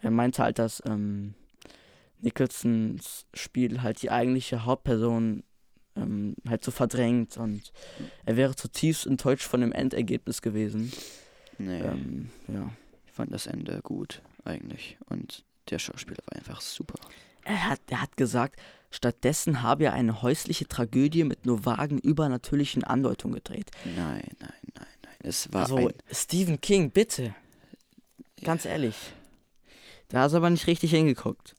Speaker 1: Er meinte halt, dass ähm, Nicholsons Spiel halt die eigentliche Hauptperson ähm, halt so verdrängt und er wäre zutiefst enttäuscht von dem Endergebnis gewesen.
Speaker 2: Nee,
Speaker 1: Ähm, ja.
Speaker 2: ich fand das Ende gut eigentlich. Und der Schauspieler war einfach super.
Speaker 1: Er hat, er hat gesagt, stattdessen habe er eine häusliche Tragödie mit nur vagen übernatürlichen Andeutungen gedreht.
Speaker 2: Nein, nein, nein, nein. Es war
Speaker 1: Also,
Speaker 2: ein...
Speaker 1: Stephen King, bitte. Ganz ehrlich. Da hast du aber nicht richtig hingeguckt.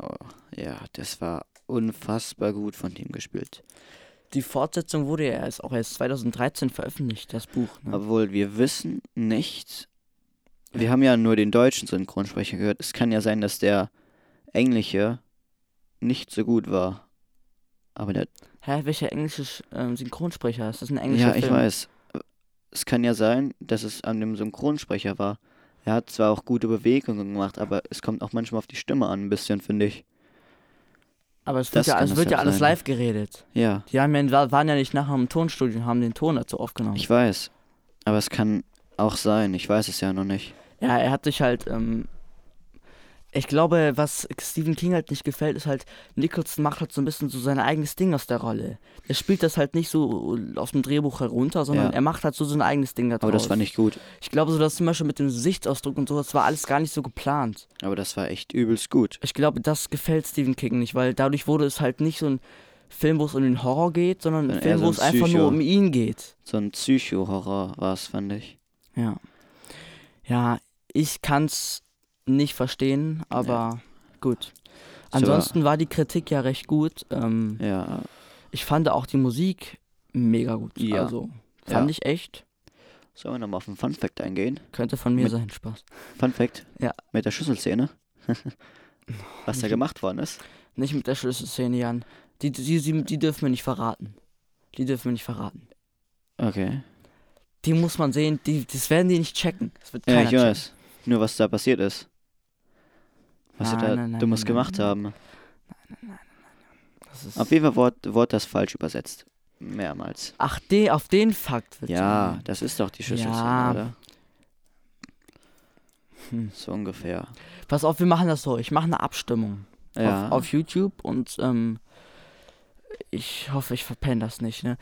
Speaker 2: Oh, ja, das war unfassbar gut von dem gespielt.
Speaker 1: Die Fortsetzung wurde ja erst, auch erst 2013 veröffentlicht, das Buch. Ne?
Speaker 2: Obwohl wir wissen nicht, wir haben ja nur den deutschen Synchronsprecher gehört. Es kann ja sein, dass der englische nicht so gut war. Aber der,
Speaker 1: Hä, welcher englische Sch- ähm, Synchronsprecher ist das? Ein englischer
Speaker 2: ja, ich
Speaker 1: Film?
Speaker 2: weiß. Es kann ja sein, dass es an dem Synchronsprecher war. Er hat zwar auch gute Bewegungen gemacht, aber es kommt auch manchmal auf die Stimme an, ein bisschen, finde ich.
Speaker 1: Aber es wird,
Speaker 2: Das
Speaker 1: ja,
Speaker 2: kann
Speaker 1: es
Speaker 2: es
Speaker 1: wird ja
Speaker 2: ja
Speaker 1: alles
Speaker 2: sein.
Speaker 1: live geredet.
Speaker 2: Ja,
Speaker 1: Die haben ja, wa- waren ja nicht nachher im Tonstudio und haben den Ton dazu aufgenommen.
Speaker 2: ich weiß. Aber es kann auch sein. Ich weiß es ja noch nicht.
Speaker 1: Ja, er hat sich halt, ähm, ich glaube, was Stephen King halt nicht gefällt, ist halt, Nicholson macht halt so ein bisschen so sein eigenes Ding aus der Rolle. Er spielt das halt nicht so aus dem Drehbuch herunter, sondern
Speaker 2: Ja.
Speaker 1: er macht halt so sein eigenes Ding da
Speaker 2: Aber das war nicht gut.
Speaker 1: Ich glaube, so das zum Beispiel mit dem Gesichtsausdruck und so, das war alles gar nicht so geplant.
Speaker 2: Aber das war echt übelst gut.
Speaker 1: Ich glaube, das gefällt Stephen King nicht, weil dadurch wurde es halt nicht so ein Film, wo es um den Horror geht, sondern ein
Speaker 2: Dann
Speaker 1: Film,
Speaker 2: eher so
Speaker 1: wo
Speaker 2: ein
Speaker 1: es einfach nur
Speaker 2: Psycho.
Speaker 1: um ihn geht.
Speaker 2: So ein Psycho-Horror war es, fand ich.
Speaker 1: Ja. Ja, ich kann's nicht verstehen, aber gut. Ansonsten war die Kritik ja recht gut. Ähm,
Speaker 2: Ja,
Speaker 1: Ich fand auch die Musik mega gut.
Speaker 2: Ja.
Speaker 1: Also fand
Speaker 2: Ja.
Speaker 1: ich echt.
Speaker 2: sollen wir nochmal auf den Fun-Fact eingehen?
Speaker 1: Könnte von mir
Speaker 2: Mit-
Speaker 1: sein, Spaß.
Speaker 2: Fun-Fact?
Speaker 1: Ja.
Speaker 2: Mit der Schüsselszene? Was da gemacht worden ist?
Speaker 1: Nicht mit der Schlüsselszene, Jan. Die, die, die, die dürfen wir nicht verraten. Die dürfen wir nicht verraten.
Speaker 2: Okay.
Speaker 1: Die muss man sehen, die, das werden die nicht checken. Das wird
Speaker 2: Ja,
Speaker 1: keiner
Speaker 2: ich weiß. Nur was da passiert ist. Was sie
Speaker 1: Ah, Nein,
Speaker 2: da
Speaker 1: nein, nein,
Speaker 2: Dummes
Speaker 1: nein,
Speaker 2: gemacht
Speaker 1: nein.
Speaker 2: haben.
Speaker 1: checken. Das
Speaker 2: Auf
Speaker 1: ist
Speaker 2: jeden Fall wurde, wurde das falsch übersetzt. Mehrmals.
Speaker 1: Ach, de, auf den Fakt willst du
Speaker 2: Ja,
Speaker 1: hin.
Speaker 2: das ist doch die Schüsselszene,
Speaker 1: Ja.
Speaker 2: oder?
Speaker 1: Hm.
Speaker 2: So ungefähr.
Speaker 1: Pass auf, wir machen das so. Ich mache eine Abstimmung.
Speaker 2: Ja.
Speaker 1: auf, auf YouTube und ähm, ich hoffe, ich verpenne das nicht. Ne?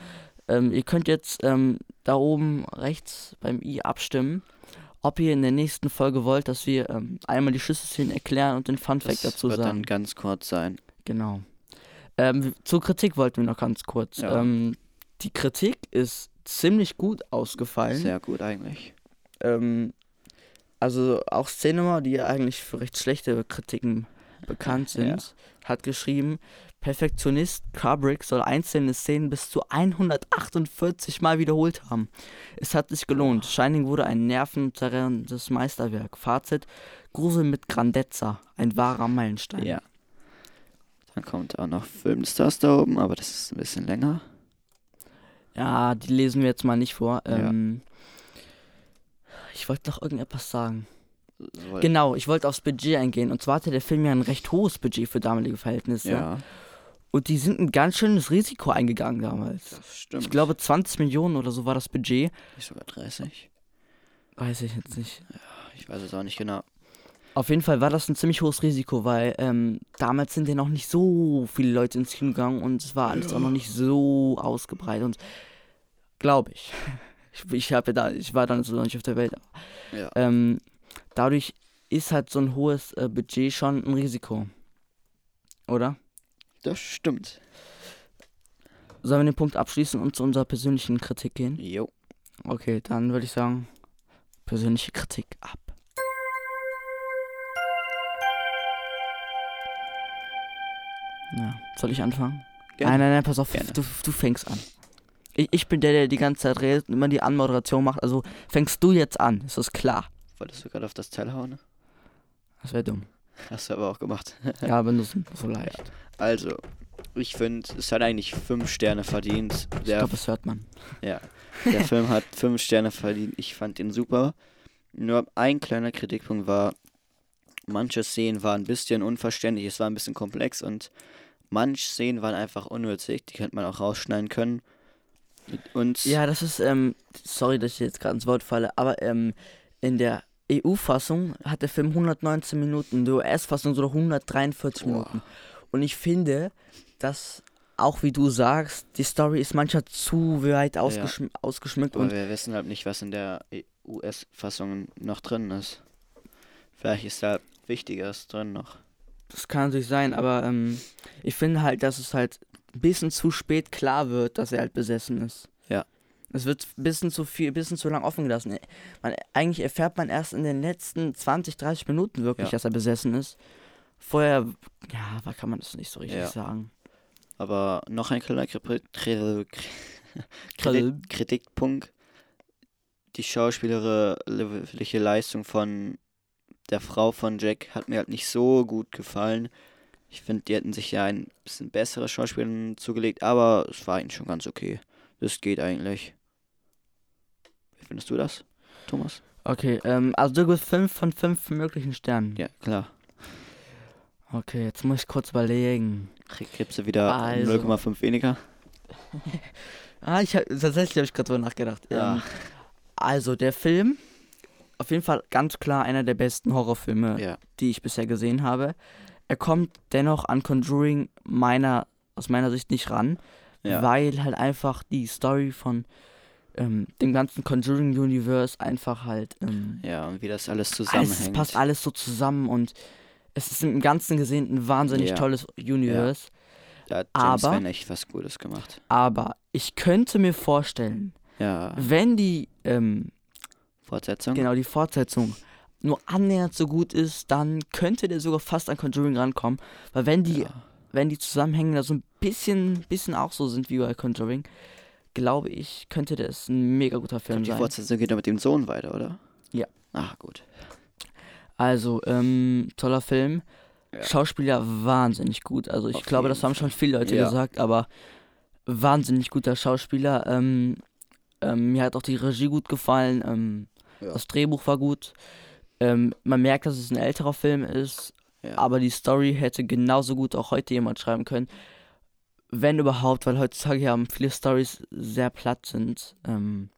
Speaker 1: Ähm, ihr könnt jetzt ähm, da oben rechts beim i abstimmen, ob ihr in der nächsten Folge wollt, dass wir ähm, einmal die Schlüsselszenen erklären und den Fun Fact
Speaker 2: das
Speaker 1: dazu
Speaker 2: wird
Speaker 1: sagen.
Speaker 2: dann ganz kurz sein.
Speaker 1: Genau. Ähm, zur Kritik wollten wir noch ganz kurz.
Speaker 2: Ja.
Speaker 1: Ähm, die Kritik ist ziemlich gut ausgefallen.
Speaker 2: Sehr gut eigentlich.
Speaker 1: Ähm, also auch Cinema, die ja eigentlich für recht schlechte Kritiken bekannt sind,
Speaker 2: Ja.
Speaker 1: hat geschrieben, Perfektionist Kubrick soll einzelne Szenen bis zu 148 Mal wiederholt haben. Es hat sich gelohnt.
Speaker 2: Ah.
Speaker 1: Shining wurde ein nervenzerrendes Meisterwerk. Fazit, Grusel mit Grandezza, ein wahrer Meilenstein.
Speaker 2: Ja. Dann kommt auch noch Filmstars da oben, aber das ist ein bisschen länger.
Speaker 1: Ja, die lesen wir jetzt mal nicht vor.
Speaker 2: Ja.
Speaker 1: Ähm, ich wollte noch irgendetwas sagen.
Speaker 2: Soll-
Speaker 1: Genau, ich wollte aufs Budget eingehen. Und zwar hatte der Film ja ein recht hohes Budget für damalige Verhältnisse.
Speaker 2: Ja,
Speaker 1: Und die sind ein ganz schönes Risiko eingegangen damals.
Speaker 2: das stimmt.
Speaker 1: Ich glaube, 20 Millionen oder so war das Budget.
Speaker 2: Nicht sogar 30.
Speaker 1: Weiß ich jetzt nicht.
Speaker 2: Ich weiß es auch nicht genau.
Speaker 1: Auf jeden Fall war das ein ziemlich hohes Risiko, weil ähm, damals sind ja noch nicht so viele Leute ins Kino gegangen und es war alles auch noch nicht so ausgebreitet. Und glaube ich. Ich, ich, hab ja da, ich war dann so noch nicht auf der Welt.
Speaker 2: Ja.
Speaker 1: Ähm, dadurch ist halt so ein hohes äh, Budget schon ein Risiko. Oder?
Speaker 2: Das stimmt.
Speaker 1: Sollen wir den Punkt abschließen und zu unserer persönlichen Kritik gehen?
Speaker 2: Jo.
Speaker 1: Okay, dann würde ich sagen, persönliche Kritik ab. Ja, soll ich anfangen?
Speaker 2: Gerne.
Speaker 1: Nein, nein, nein, pass auf,
Speaker 2: Gerne.
Speaker 1: du, du fängst an. Ich, ich bin der, der die ganze Zeit redet und immer die Anmoderation macht, also fängst du jetzt an, ist das klar?
Speaker 2: Wolltest du gerade auf das Teil hauen?
Speaker 1: Das wäre dumm.
Speaker 2: Hast du aber auch gemacht.
Speaker 1: Ja, aber nur so so leicht.
Speaker 2: Also, ich finde, es hat eigentlich 5 Sterne verdient.
Speaker 1: Ich
Speaker 2: Der,
Speaker 1: glaube, das hört man.
Speaker 2: ja, der Film hat 5 Sterne verdient. Ich fand ihn super. Nur ein kleiner Kritikpunkt war, manche Szenen waren ein bisschen unverständlich, es war ein bisschen komplex und manche Szenen waren einfach unnötig. Die hätte man auch rausschneiden können. Und
Speaker 1: Ja, das ist, ähm, sorry, dass ich jetzt gerade ins Wort falle, aber ähm, in der EU-Fassung hat der Film 119 Minuten, in der US-Fassung sogar 143 Minuten. Und ich finde, dass, auch wie du sagst, die Story ist manchmal zu weit ausgeschm ausgeschmückt
Speaker 2: aber
Speaker 1: und
Speaker 2: wir wissen halt nicht, was in der US-Fassung noch drin ist. Vielleicht ist da Wichtigeres drin noch.
Speaker 1: das kann natürlich sein, aber ähm, ich finde halt, dass es halt ein bisschen zu spät klar wird, dass er halt besessen ist.
Speaker 2: Ja.
Speaker 1: Es wird ein bisschen zu viel, ein bisschen zu lang offen gelassen. Man, eigentlich erfährt man erst in den letzten 20, 30 Minuten wirklich,
Speaker 2: Ja.
Speaker 1: dass er besessen ist. Vorher, ja, da kann man das nicht so richtig
Speaker 2: Ja.
Speaker 1: sagen.
Speaker 2: Aber noch ein kleiner Kritik, Kritik, Kritikpunkt. Die schauspielerische Leistung von der Frau von Jack hat mir halt nicht so gut gefallen. Ich finde, die hätten sich ja ein bisschen besseres Schauspiel zugelegt, aber es war eigentlich schon ganz okay. Das geht eigentlich. Wie findest du das, Thomas?
Speaker 1: Okay, ähm, also du gibst 5 von 5 möglichen Sternen.
Speaker 2: Ja, klar.
Speaker 1: Okay, jetzt muss ich kurz überlegen.
Speaker 2: Krieg- Kriegst du wieder
Speaker 1: Also.
Speaker 2: 0,5 weniger?
Speaker 1: Ah, ich hab, tatsächlich habe ich gerade drüber nachgedacht.
Speaker 2: Ja.
Speaker 1: Ähm, also, der Film, auf jeden Fall ganz klar einer der besten Horrorfilme,
Speaker 2: Ja.
Speaker 1: die ich bisher gesehen habe. Er kommt dennoch an Conjuring meiner, aus meiner Sicht nicht ran,
Speaker 2: Ja.
Speaker 1: weil halt einfach die Story von ähm, dem ganzen Conjuring-Universe einfach halt. Ähm,
Speaker 2: Ja, und wie das alles
Speaker 1: alles, Ah, es
Speaker 2: zusammenhängt.
Speaker 1: passt alles so zusammen und es ist im Ganzen gesehen ein wahnsinnig
Speaker 2: Ja.
Speaker 1: tolles Universe.
Speaker 2: Da hat James
Speaker 1: aber-
Speaker 2: Wan echt was Gutes gemacht.
Speaker 1: Aber ich könnte mir vorstellen,
Speaker 2: Ja,
Speaker 1: wenn die, ähm,
Speaker 2: Fortsetzung.
Speaker 1: Mhm. genau, die Fortsetzung nur annähernd so gut ist, dann könnte der sogar fast an Conjuring rankommen. Weil wenn die,
Speaker 2: Ja.
Speaker 1: wenn die Zusammenhänge da so ein bisschen, bisschen auch so sind wie bei Conjuring, glaube ich, könnte das ein mega guter Film
Speaker 2: Die
Speaker 1: sein.
Speaker 2: Fortsetzung geht doch mit dem Sohn weiter, oder?
Speaker 1: Ja.
Speaker 2: Ach, gut.
Speaker 1: Also, ähm, toller Film.
Speaker 2: Ja.
Speaker 1: Schauspieler wahnsinnig gut. Also ich
Speaker 2: Auf
Speaker 1: glaube, das
Speaker 2: jeden
Speaker 1: haben schon viele Leute
Speaker 2: Ja.
Speaker 1: gesagt, aber wahnsinnig guter Schauspieler. Ähm, ähm, mir hat auch die Regie gut gefallen. Ähm,
Speaker 2: Ja.
Speaker 1: Das Drehbuch war gut. Ähm, man merkt, dass es ein älterer Film ist,
Speaker 2: Ja.
Speaker 1: aber die Story hätte genauso gut auch heute jemand schreiben können. Wenn überhaupt, weil heutzutage ja viele Stories sehr platt sind. Ähm,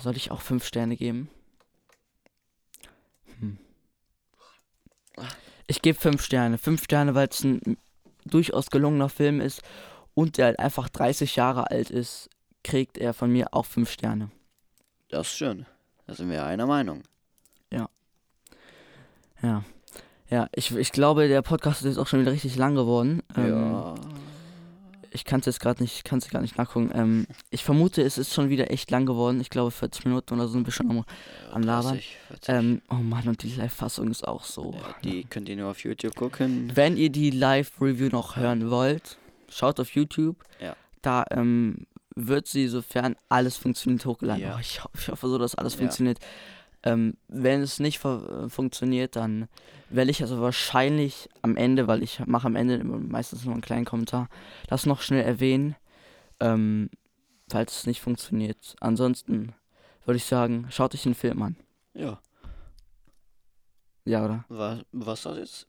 Speaker 1: soll ich auch fünf Sterne geben? Hm. Ich gebe fünf Sterne. Fünf Sterne, weil es ein durchaus gelungener Film ist und der halt einfach 30 Jahre alt ist, kriegt er von mir auch fünf Sterne.
Speaker 2: Das ist schön. Da sind wir einer Meinung.
Speaker 1: Ja. Ja, ich, ich glaube, der Podcast ist jetzt auch schon wieder richtig lang geworden. Ähm,
Speaker 2: ja.
Speaker 1: Ich kann es jetzt gerade nicht, kann es gar nicht nachgucken. Ähm, ich vermute, es ist schon wieder echt lang geworden. Ich glaube, 40 Minuten oder so sind wir schon am, am Labern.
Speaker 2: 30, 40.
Speaker 1: Ähm, oh Mann, und die Live-Fassung ist auch so.
Speaker 2: ja, die könnt ihr nur auf YouTube gucken.
Speaker 1: Wenn ihr die Live-Review noch hören wollt, schaut auf YouTube.
Speaker 2: Ja.
Speaker 1: Da ähm, wird sie, sofern alles funktioniert, hochgeladen.
Speaker 2: Ja.
Speaker 1: Oh, ich, ho- ich hoffe so, dass alles
Speaker 2: Ja.
Speaker 1: funktioniert. Ähm, wenn es nicht ver- äh, funktioniert, dann werde ich also wahrscheinlich am Ende, weil ich mache am Ende immer meistens nur einen kleinen Kommentar, das noch schnell erwähnen, ähm, falls es nicht funktioniert. Ansonsten würde ich sagen, schaut euch den Film an.
Speaker 2: Ja.
Speaker 1: Ja, oder?
Speaker 2: Was, was das jetzt?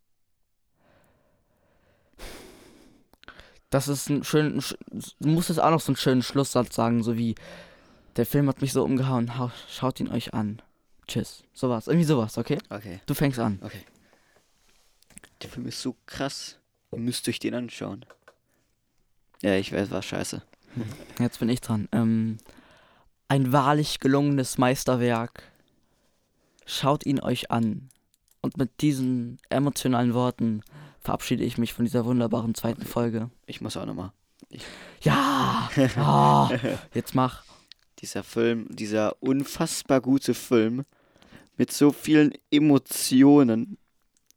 Speaker 1: Das ist ein schön. ein sch- Du musst jetzt auch noch so einen schönen Schlusssatz sagen, so wie: Der Film hat mich so umgehauen, hau- schaut ihn euch an. Tschüss. Sowas. Irgendwie sowas, okay?
Speaker 2: Okay,
Speaker 1: Du fängst an.
Speaker 2: okay. Der Film ist so krass. Ihr müsst euch den anschauen. Ja, ich weiß, war scheiße.
Speaker 1: Jetzt bin ich dran. Ähm, ein wahrlich gelungenes Meisterwerk. Schaut ihn euch an. Und mit diesen emotionalen Worten verabschiede ich mich von dieser wunderbaren zweiten Folge.
Speaker 2: Ich muss auch nochmal.
Speaker 1: Ja! Ah, jetzt mach.
Speaker 2: dieser Film, dieser unfassbar gute Film mit so vielen Emotionen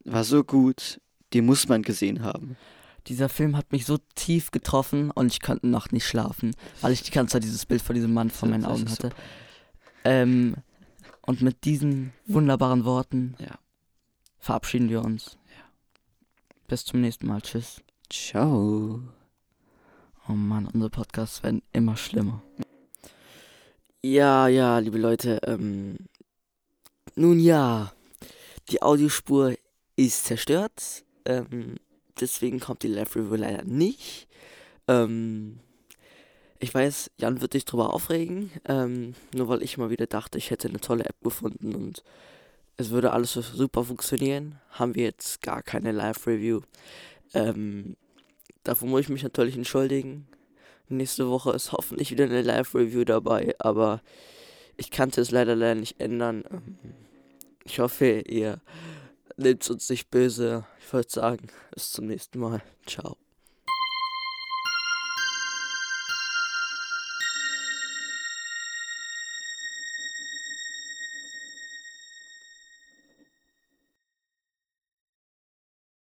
Speaker 2: war so gut, den muss man gesehen haben.
Speaker 1: Dieser Film hat mich so tief getroffen und ich konnte noch nicht schlafen, weil ich die ganze Zeit dieses Bild vor diesem Mann vor
Speaker 2: Das-
Speaker 1: meinen
Speaker 2: das
Speaker 1: Augen
Speaker 2: ist
Speaker 1: hatte. Ähm, und mit diesen wunderbaren Worten
Speaker 2: Ja.
Speaker 1: verabschieden wir uns. Bis zum nächsten Mal. Tschüss.
Speaker 2: Ciao.
Speaker 1: Oh Mann, unsere Podcasts werden immer schlimmer. Ja, ja, liebe Leute, ähm, nun ja, die Audiospur ist zerstört, ähm, deswegen kommt die Live Review leider nicht. Ähm, Ich weiß, Jan wird sich drüber aufregen, ähm, nur weil ich mal wieder dachte, ich hätte eine tolle App gefunden und es würde alles so super funktionieren, haben wir jetzt gar keine Live-Review. Ähm, dafür muss ich mich natürlich entschuldigen. Nächste Woche ist hoffentlich wieder eine Live-Review dabei, aber ich kannte es leider leider nicht ändern. Ähm, Ich hoffe, ihr nehmt es uns nicht böse. Ich würde sagen, bis zum nächsten Mal. Ciao.